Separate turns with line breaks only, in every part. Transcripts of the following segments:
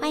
欢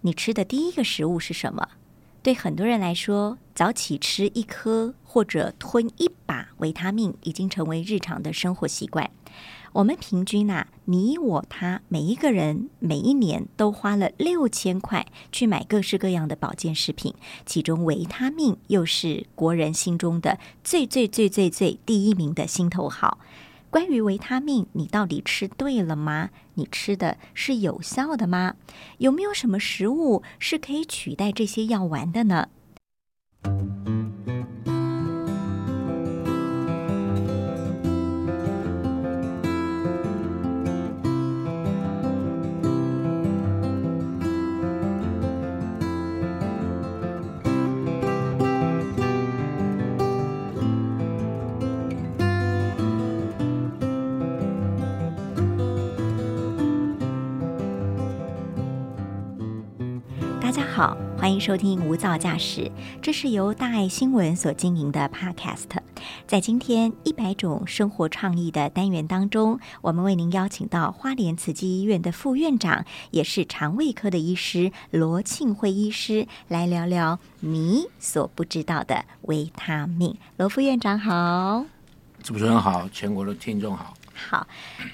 你吃的第一个食物是什么？对很多人来说，早起吃一颗或者吞一把维他命已经成为日常的生活习惯。我们平均呐、你我他每一个人每一年都花了六千块去买各式各样的保健食品，其中维他命又是国人心中的最最最最最第一名的心头好。关于维他命，你到底吃对了吗？你吃的是有效的吗？有没有什么食物是可以取代这些药丸的呢？大家好，欢迎收听《无噪驾驶》，这是由大爱新闻所经营的 Podcast。在今天一百种生活创意的单元当中，我们为您邀请到花莲慈济医院的副院长，也是肠胃科的医师罗庆惠医师，来聊聊你所不知道的维他命。罗副院长好。
主持人好，全国的听众好。
好，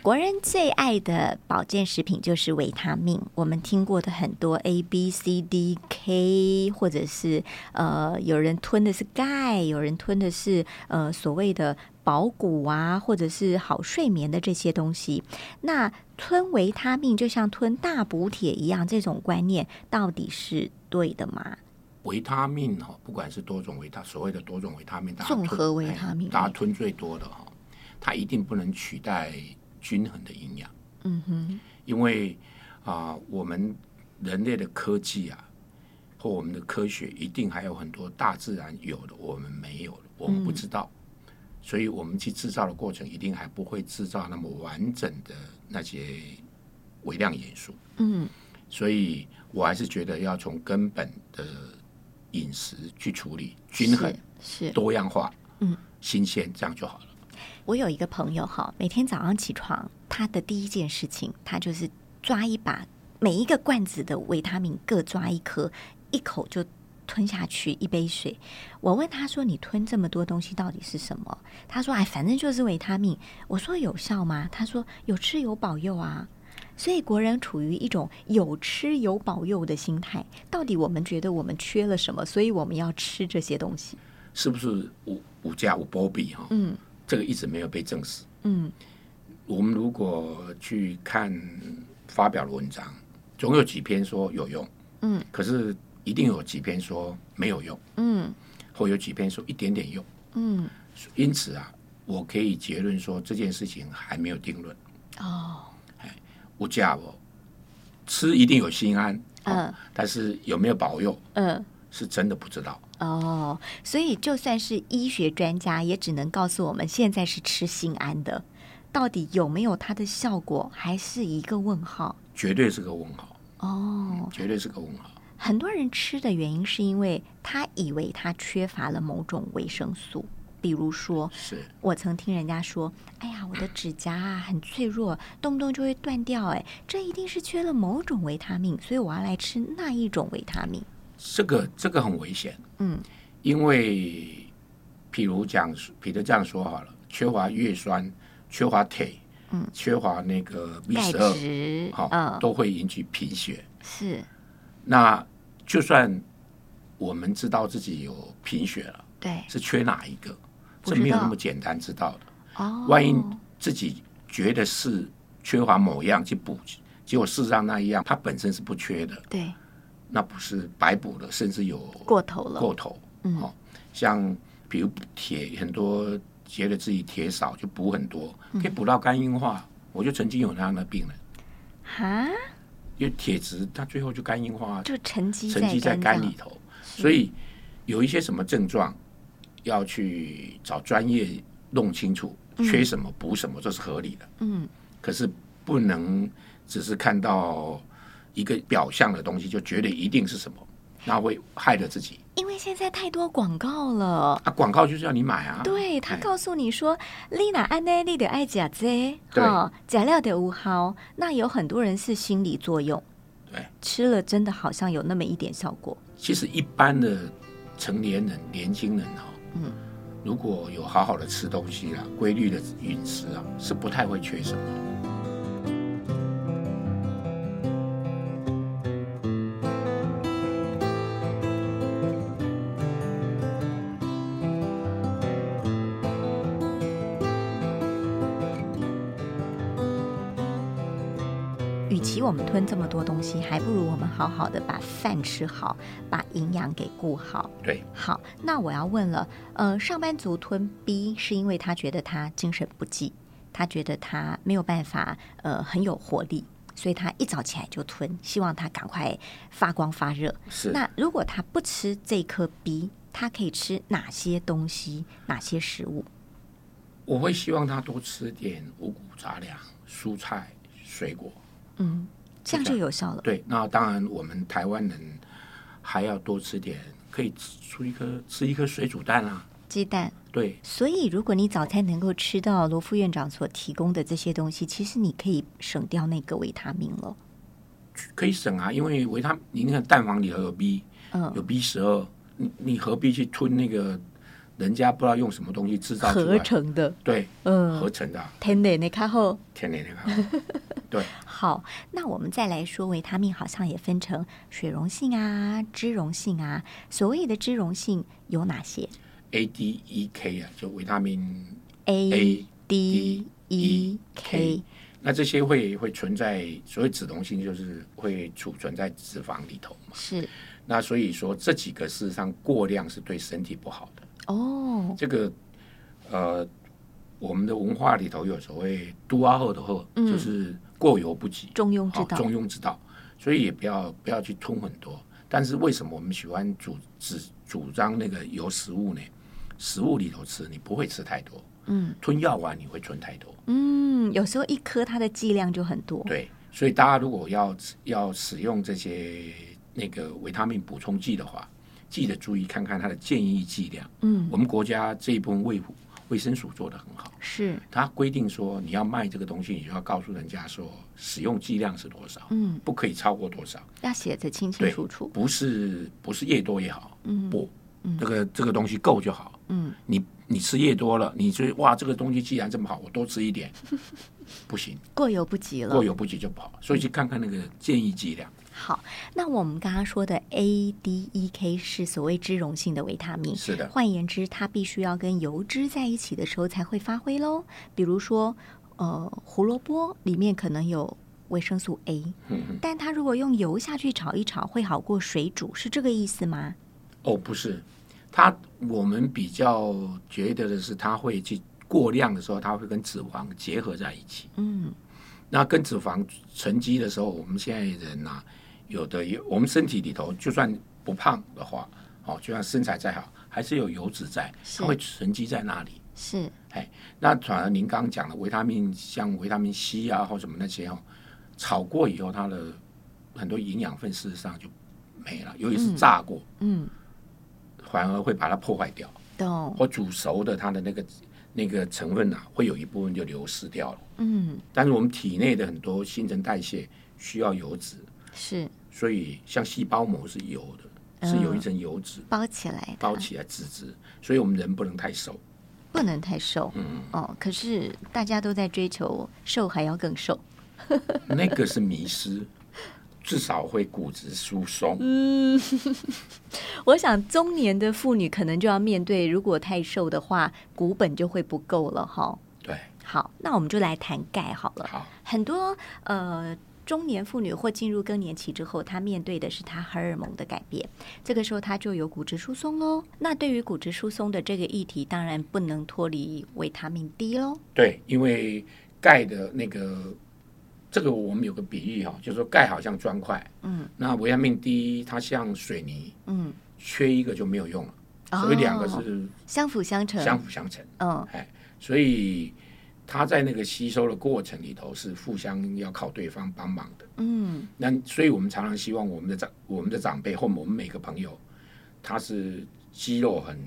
国人最爱的保健食品就是维他命。我们听过的很多 A、B、C、D、K，或者是呃，有人吞的是钙，有人吞的是呃所谓的保骨啊，或者是好睡眠的这些东西。那吞维他命就像吞大补铁一样，这种观念到底是对的吗？
维他命哈，不管是多种维他，所谓的多种维他命，大家
综
吞
合维他命
哎大家吞最多的哈，它一定不能取代均衡的营养，
嗯哼，
因为啊、我们人类的科技啊，或我们的科学，一定还有很多大自然有的，我们没有的，我们不知道。所以，我们去制造的过程，一定还不会制造那么完整的那些微量元素。
嗯
所以我还是觉得要从根本的饮食去处理，均衡、
是。是
多样化，
嗯，
新鲜，这样就好了。
我有一个朋友哈，每天早上起床，他的第一件事情，他就是抓一把每一个罐子的维他命各抓一颗，一口就吞下去一杯水。我问他说：“你吞这么多东西到底是什么？”他说：“哎，反正就是维他命。”我说：“有效吗？”他说：“有吃有保佑啊。”所以国人处于一种有吃有保佑的心态。到底我们觉得我们缺了什么，所以我们要吃这些东西。
是不是五五加五波比哈？
嗯
这个一直没有被证实。
嗯
我们如果去看发表的文章，总有几篇说有用，
嗯，
可是一定有几篇说没有用，
嗯
或有几篇说一点点用。
嗯，
因此啊，我可以结论说这件事情还没有定论。哎
哦，
物价哦，吃一定有心安，哦
嗯
但是有没有保佑
嗯、
是真的不知道。
哦，所以就算是医学专家，也只能告诉我们现在是吃心安的，到底有没有它的效果，还是一个问号。
绝对是个问号，
哦，
绝对是个问号。
很多人吃的原因是因为他以为他缺乏了某种维生素，比如说，
是
我曾听人家说，哎呀，我的指甲啊很脆弱，动不动就会断掉，哎，这一定是缺了某种维他命，所以我要来吃那一种维他命。
这个这个很危险，
嗯
因为譬如讲，彼得这样说好了，缺乏叶酸，缺乏铁，
嗯，
缺乏那个 B
钙
十二，
质，
好、
嗯，
都会引起贫血。
是，
那就算我们知道自己有贫血了，
对，
是缺哪一个，
不
这
知
没有
道
那么简单知道的。
哦，
万一自己觉得是缺乏某样去补，结果事实上那一样它本身是不缺的，
对。
那不是白补的，甚至有
过头了。
过头。
嗯
哦，像比如铁，很多觉得自己铁少就
嗯
补很多，可以补到肝硬化。我就曾经有那样的病人，
哈，
因为铁质它最后就肝硬化啊，
就沉积
沉积在肝
脏
里头，所以有一些什么症状要去找专业弄清楚，缺什么补什么，这是合理的。
嗯，
可是不能只是看到一个表象的东西就觉得一定是什么，那会害了自己。
因为现在太多广告了。
啊，广告就是要你买啊，
对他
哎
告诉你说，丽娜安内丽的爱假这，
对
哈，假料的无好。那有很多人是心理作用，
对，
吃了真的好像有那么一点效果。
其实一般的成年人、年轻人哈、
嗯，
如果有好好的吃东西啦、规律的饮食啊，是不太会缺什么。
与其我们吞这么多东西，还不如我们好好的把饭吃好，把营养给顾好。
对，
好，那我要问了，呃，上班族吞 B 是因为他觉得他精神不济，他觉得他没有办法，呃，很有活力，所以他一早起来就吞，希望他赶快发光发热。
是
那如果他不吃这颗 B，他可以吃哪些东西，哪些食物？
我会希望他多吃点五谷杂粮、蔬菜、水果。
嗯，这样就有效了。
对，那当然我们台湾人还要多吃点，可以吃出一颗吃一颗水煮蛋啊。
鸡蛋。
对，
所以，如果你早餐能够吃到罗副院长所提供的这些东西，其实你可以省掉那个维他命了。
可以省啊，因为维他你看蛋黄里头有 B，
嗯，
有 B 十二，你你何必去吞那个人家不知道用什么东西制造出
合
来？
成的，
对，
嗯
合，成的啊、
天的你看后
天然 那个。对，
好。那我们再来说，维他命好像也分成水溶性啊、脂溶性啊。所谓的脂溶性有哪些
A、D、E、K 啊，就维他命
？A,
A
D E
E
K
K。那这些会会存在所谓脂溶性，就是会储存在脂肪里头嘛。
是
那所以说这几个事实上过量是对身体不好的。
哦，
这个呃，我们的文化里头有所谓“都阿赫”的赫，
嗯
就是过犹不及，
中庸之
好
道。
中庸之道。所以也不要不要去吞很多。但是为什么我们喜欢主只主张那个由食物呢？食物里头吃，你不会吃太多。
嗯
吞药丸你会吞太多。
嗯，有时候一颗它的剂量就很多。
对，所以大家如果要要使用这些那个维他命补充剂的话，记得注意看看它的建议剂量。
嗯，
我们国家这一部分卫卫生署做得很好，
是
它规定说你要卖这个东西，你就要告诉人家说使用剂量是多少，
嗯，
不可以超过多少，
要写的清清
对
楚楚。
不是不是越多越好，
嗯
不，这个这个东西够就好，
嗯，
你你吃越多了，你觉得哇这个东西既然这么好，我多吃一点， 不行，
过犹不及了。
过犹不及就不好，所以去看看那个建议剂量。
好，那我们刚刚说的 A、D、E、K 是所谓脂溶性的维他命。
是的
换言之，它必须要跟油脂在一起的时候才会发挥喽。比如说，呃，胡萝卜里面可能有维生素 A，
嗯嗯
但它如果用油下去炒一炒，会好过水煮，是这个意思吗？
哦，不是，它我们比较觉得的是，它会去过量的时候，它会跟脂肪结合在一起。
嗯，
那跟脂肪沉积的时候，我们现在人呐、啊有的有我们身体里头，就算不胖的话，哦，就算身材再好，还是有油脂在，
是
它会沉积在那里。
是
哎，那反而您刚刚讲的维他命，像维他命 C 啊或什么那些哦，炒过以后，它的很多营养分事实上就没了，尤其是炸过。
嗯，
反而会把它破坏掉，
懂，
或煮熟的它的那个那个成分啊，会有一部分就流失掉了。
嗯，
但是我们体内的很多新陈代谢需要油脂，
是
所以像细胞膜是油的，是有
嗯
一层油脂
包起来的，
包起来脂质，所以我们人不能太瘦。
不能太瘦。
嗯，
哦，可是大家都在追求瘦，还要更瘦。
那个是迷失，至少会骨质疏松。
嗯我想中年的妇女可能就要面对，如果太瘦的话，骨本就会不够了哈。
对，
好，那我们就来谈钙好了。
好，
很多呃中年妇女或进入更年期之后，她面对的是她荷尔蒙的改变，这个时候她就有骨质疏松喽。那对于骨质疏松的这个议题，当然不能脱离维他命 D 喽。
对，因为钙的那个。这个我们有个比喻哈、就是说钙好像砖块，嗯，那维他命 D 它像水泥，
嗯，
缺一个就没有用了，所以两个
哦
是
相辅相成，
相辅相成，
嗯
哎，所以它在那个吸收的过程里头是互相要靠对方帮忙的。
嗯
那所以我们常常希望我们的长我们的长辈或我们每个朋友，他是肌肉很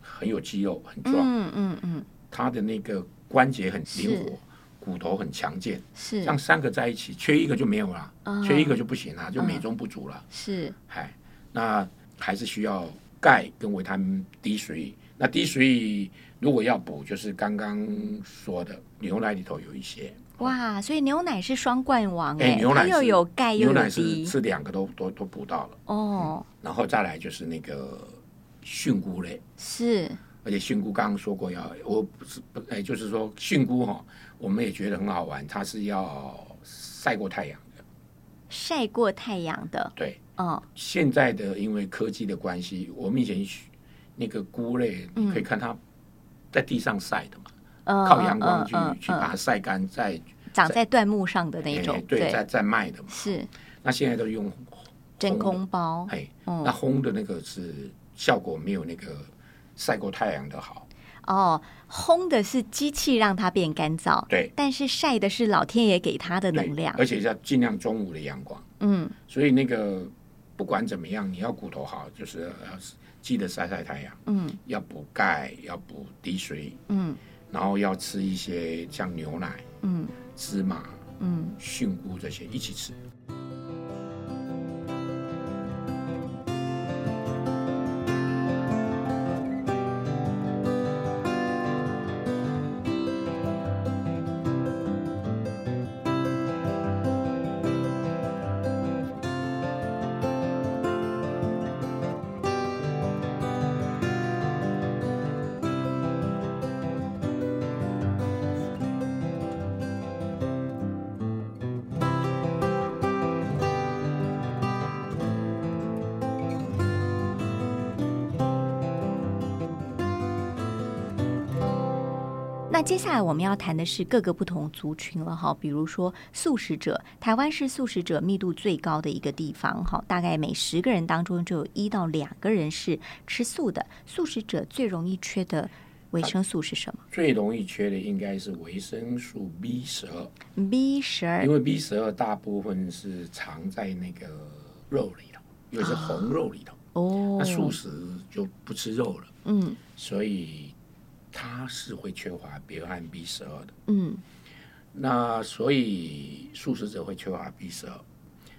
很有肌肉很壮，
嗯嗯嗯，
他的那个关节很灵
是
活，骨头很强健，
是
这样三个在一起，缺一个就没有啦，
啊
缺一个就不行啦，就美中不足啦。
是
哎，那还是需要钙跟维他命 D 水。那 D 水如果要补，就是刚刚说的牛奶里头有一些，
哇，所以牛奶是双冠王
哎
哎，
牛奶
它又
是
有钙又
牛
有
奶是
D
是两个都都都补到了。
哦，
然后再来就是那个菌菇类，
是
而且菌菇刚刚说过要，我不是不哎，就是说菌菇哈、我们也觉得很好玩，它是要晒过太阳的。
晒过太阳的
对，
哦，
现在的因为科技的关系，我们以前学那个菇类，你可以看它在地上晒的嘛，
嗯
靠阳光
嗯
去、
嗯
去把它晒干，再
长在椴木上的那种
哎，对，再再卖的嘛。
是
那现在都用
真
烘的
空包，
哎，那
哦
烘的那个是效果没有那个晒过太阳的好。
哦，烘的是机器让它变干燥，
对，
但是晒的是老天爷给它的
对
能量，
而且要尽量中午的阳光。
嗯，
所以那个不管怎么样，你要骨头好，就是要记得晒晒太阳，
嗯，
要补钙，要补滴水，
嗯
然后要吃一些像牛奶、
嗯
芝麻、
嗯，
菌菇这些一起吃。
那接下来我们要谈的是各个不同族群了哈，比如说素食者，台湾是素食者密度最高的一个地方哈，大概每十个人当中就有一到两个人是吃素的。素食者最容易缺的维生素是什么
最容易缺的应该是维生素 B 十二，
？B 十二
因为 B 十二大部分是藏在那个肉里头，尤其是红肉里头。
哦
那，素食就不吃肉了，
嗯
所以它是会缺乏 B 二和 B 十二的。
嗯
那所以素食者会缺乏 B 十二，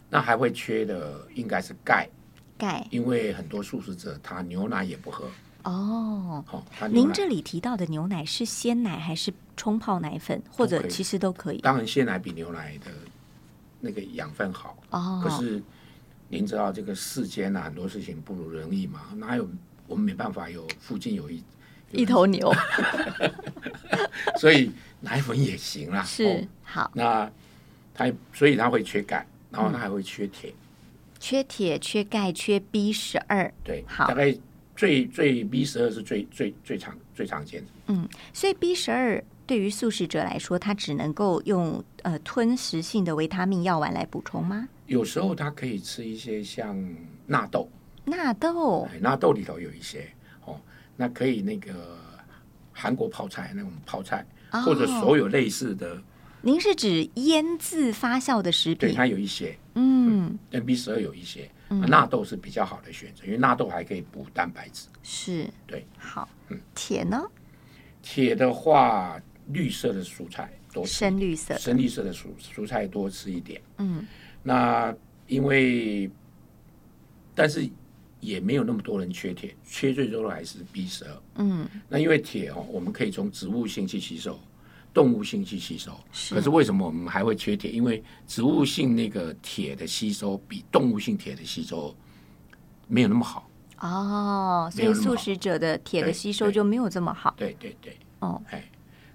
那还会缺的应该是钙，
钙
因为很多素食者他牛奶也不喝，
哦。
好、他牛
您
奶
这里提到的牛奶是鲜奶还是冲泡奶粉，或者
都可以
其实都可以
当然鲜奶比牛奶的那个养分好，
哦。
可是您知道这个世间啊，很多事情不如人意嘛，哪有我们没办法有附近有一，有
一头牛
所以奶粉也行啦，
是
哦
好，
那他所以他会缺钙，然后他还会缺铁。
缺铁、缺钙、缺 B 十二，
对，
好
大概最最 B 十二是最最最常最常见的，
所以 B 十二对于素食者来说，它只能够用呃吞食性的维他命药丸来补充吗？
有时候它可以吃一些像纳豆，
纳豆
哎纳豆里头有一些哦，那可以那个韩国泡菜那种泡菜，
哦
或者所有类似的，
您是指腌制发酵的食
对
品？
它有一些，
嗯，
但 B 十二有一些，纳豆是比较好的选择，因为纳豆还可以补蛋白质。
是，
对，嗯
好，铁呢？
铁的话，绿色的蔬菜多吃一点
深绿色，
深绿色的蔬蔬菜多吃一点。
嗯，
那因为，但是也没有那么多人缺铁，缺最多的还是 B 十二。
嗯，
那因为铁哦，我们可以从植物性去吸收，动物性去吸收。
是
可是为什么我们还会缺铁？因为植物性那个铁的吸收比动物性铁的吸收没有那么好。
哦，所以
没有那么
素
好
食者的铁的
对
吸收
对
就没有这么好
对对对，
哦。
哎，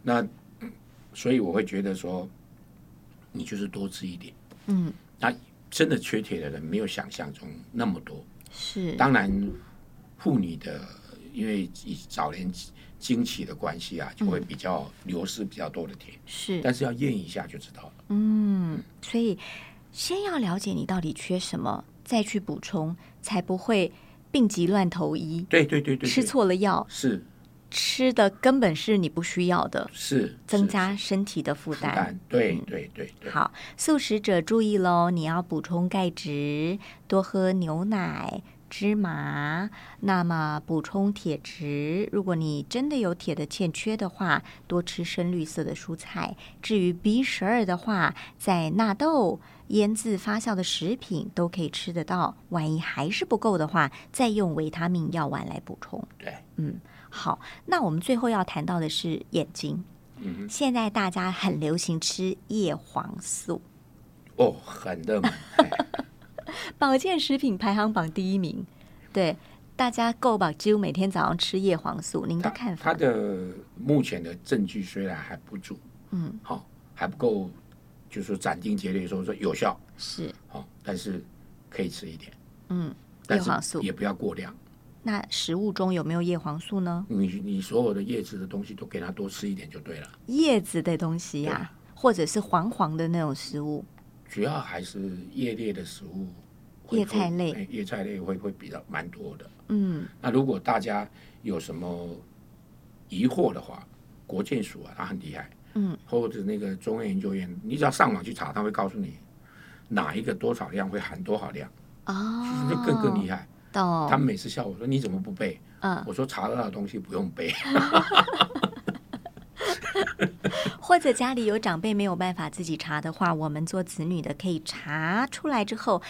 那所以我会觉得说，你就是多吃一点。
嗯，
那真的缺铁的人没有想象中那么多。
是，
当然，妇女的因为以早年经期的关系啊，
嗯
就会比较流失比较多的铁，
是，
但是要验一下就知道了。
嗯，所以先要了解你到底缺什么，再去补充，才不会病急乱投医，
对对对对，对
吃错了药，
是
吃的根本是你不需要的，
是
增
是
加身体的负
负
担。嗯
担，对对对对，
好，素食者注意喽，你要补充钙质，多喝牛奶、芝麻，那么补充铁质。如果你真的有铁的欠缺的话，多吃深绿色的蔬菜。至于 B 十二的话，在纳豆。腌制发酵的食品都可以吃得到，万一还是不够的话，再用维他命药丸来补充。
对，
嗯，好，那我们最后要谈到的是眼睛。
嗯哼，
现在大家很流行吃叶黄素，
哦，很热 门，哎
保健食品排行榜第一名。对，大家够吧？几乎每天早上吃叶黄素，您的看
他
法？
的目前的证据虽然还不足，
嗯，
好、还不够，就是说斩钉截铁说说有效，
是，
好、但是可以吃一点，
嗯，
但
叶黄
是
素
也不要过量。
那食物中有没有叶黄素呢？
你你所有的叶子的东西都给它多吃一点就对了，
叶子的东西呀、或者是黄黄的那种食物，
主要还是叶类的食物会，
叶菜类
哎叶菜类会会比较蛮多的。
嗯，
那如果大家有什么疑惑的话，国健署啊，它很厉害，
嗯，
或者那个中央研究院，你只要上网去查，它会告诉你哪一个多少量会含多少量，
哦，
就更更厉害。他
懂，
们每次笑我说你怎么不背？
哦嗯，
我说查得到的东西不用背，
或者家里有长辈没有办法自己查的话，我们做子女的可以查出来之后，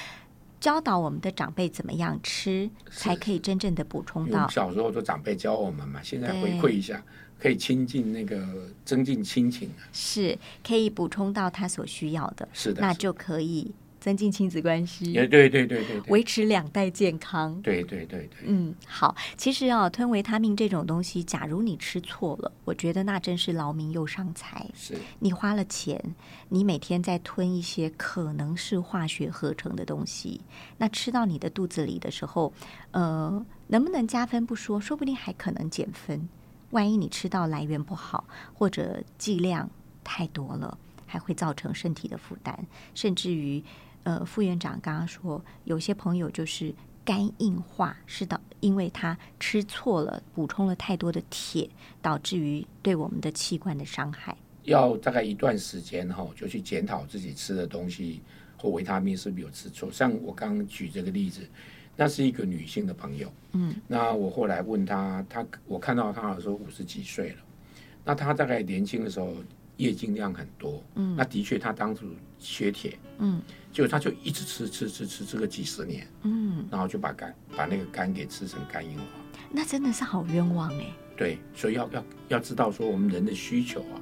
教导我们的长辈怎么样吃，
是
才可以真正的补充
因为我
到
们。小时候都长辈教我们嘛，现在回
对
馈一下，可以亲近那个增进亲情啊。
是可以补充到他所需要的，
是的，
那
是的
就可以增进亲子关
也
系，
对对对对对，
维持两代健康。
对对对对，
嗯，好。其实啊，吞维他命这种东西，假如你吃错了，我觉得那真是劳民又伤财。
是
你花了钱，你每天在吞一些可能是化学合成的东西，那吃到你的肚子里的时候，呃，能不能加分不说，说不定还可能减分。万一你吃到来源不好，或者剂量太多了，还会造成身体的负担，甚至于，呃，副院长刚刚说，有些朋友就是肝硬化，是的，因为他吃错了，补充了太多的铁，导致于对我们的器官的伤害。
要大概一段时间哈、就去检讨自己吃的东西或维他命是不是有吃错。像我刚刚举这个例子，那是一个女性的朋友，
嗯，
那我后来问她，她我看到她的时候五十几岁了，那她大概年轻的时候月经量很多，嗯，那的确她当初缺铁，
嗯，
结果她就一直吃吃吃吃吃个几十年，
嗯，
然后就把肝把那个肝给吃成肝硬化。
那真的是好冤枉哎、
对，所以要要要知道说我们人的需求啊，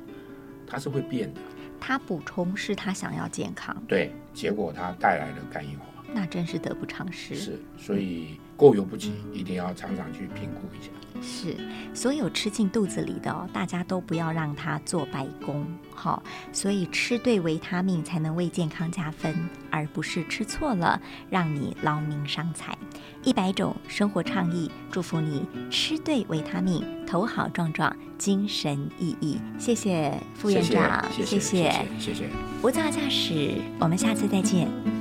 它是会变的。
他补充是他想要健康，
对，结果它带来了肝硬化，
那真是得不偿失。
是，所以过犹不及，一定要常常去评估一下。
是，所有吃进肚子里的、哦，大家都不要让它做白工，好、所以吃对维他命才能为健康加分，而不是吃错了让你劳民伤财。一百种生活倡议，祝福你吃对维他命，头好壮壮，精神奕奕。谢谢副院长，
谢谢，谢谢，谢谢。谢谢
无噪驾驶，我们下次再见。